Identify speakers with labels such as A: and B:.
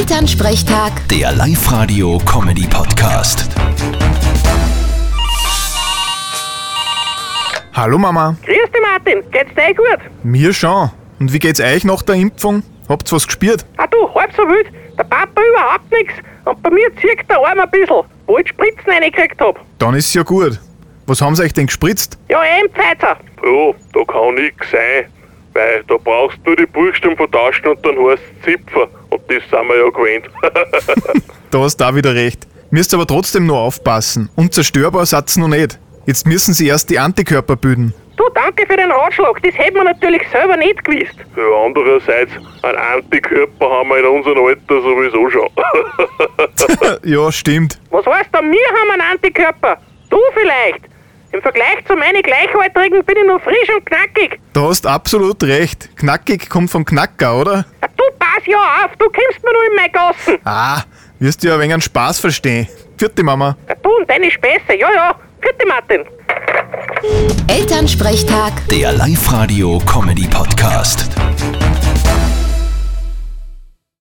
A: Elternsprechtag,
B: Der Live-Radio-Comedy-Podcast.
C: Hallo Mama,
D: Grüß dich, Martin. Geht's dir eh gut?
C: mir schon. Und wie geht's euch nach der Impfung? Habt's was gespürt?
D: Ah, du, halb so wild. Der Papa überhaupt nix und bei mir zirkt der Arm ein bisschen, wo ich die Spritzen reingekriegt hab.
C: Dann ist's ja gut. Was haben sie euch denn gespritzt?
D: Ja, eh im Pfeizer.
E: Ja, da kann nix sein, weil da brauchst du die Buchstaben vertauschen und dann heißt Zipfer. Und das sind wir ja gewöhnt.
C: Da hast du auch wieder recht. Müsst aber trotzdem nur aufpassen. Unzerstörbar seid's noch nicht. Jetzt müssen sie erst die Antikörper bilden.
D: Du, danke für den Ratschlag. Das hätten wir natürlich selber nicht gewusst.
E: ja, andererseits, einen Antikörper haben wir in unserem Alter sowieso schon.
C: ja, stimmt.
D: Was heißt da, wir haben einen Antikörper? Du vielleicht. Im Vergleich zu meinen Gleichaltrigen bin ich nur frisch und knackig.
C: Da hast absolut recht. Knackig kommt vom Knacker, oder?
D: Ah, du, pass ja auf, du kommst mir nur in meine Gassen.
C: Ah, wirst du ja ein wenig einen Spaß verstehen. Vierte Mama.
D: Ah, du und deine Späße, ja, ja. Vierte Martin.
A: Elternsprechtag.
B: Der Live-Radio-Comedy-Podcast.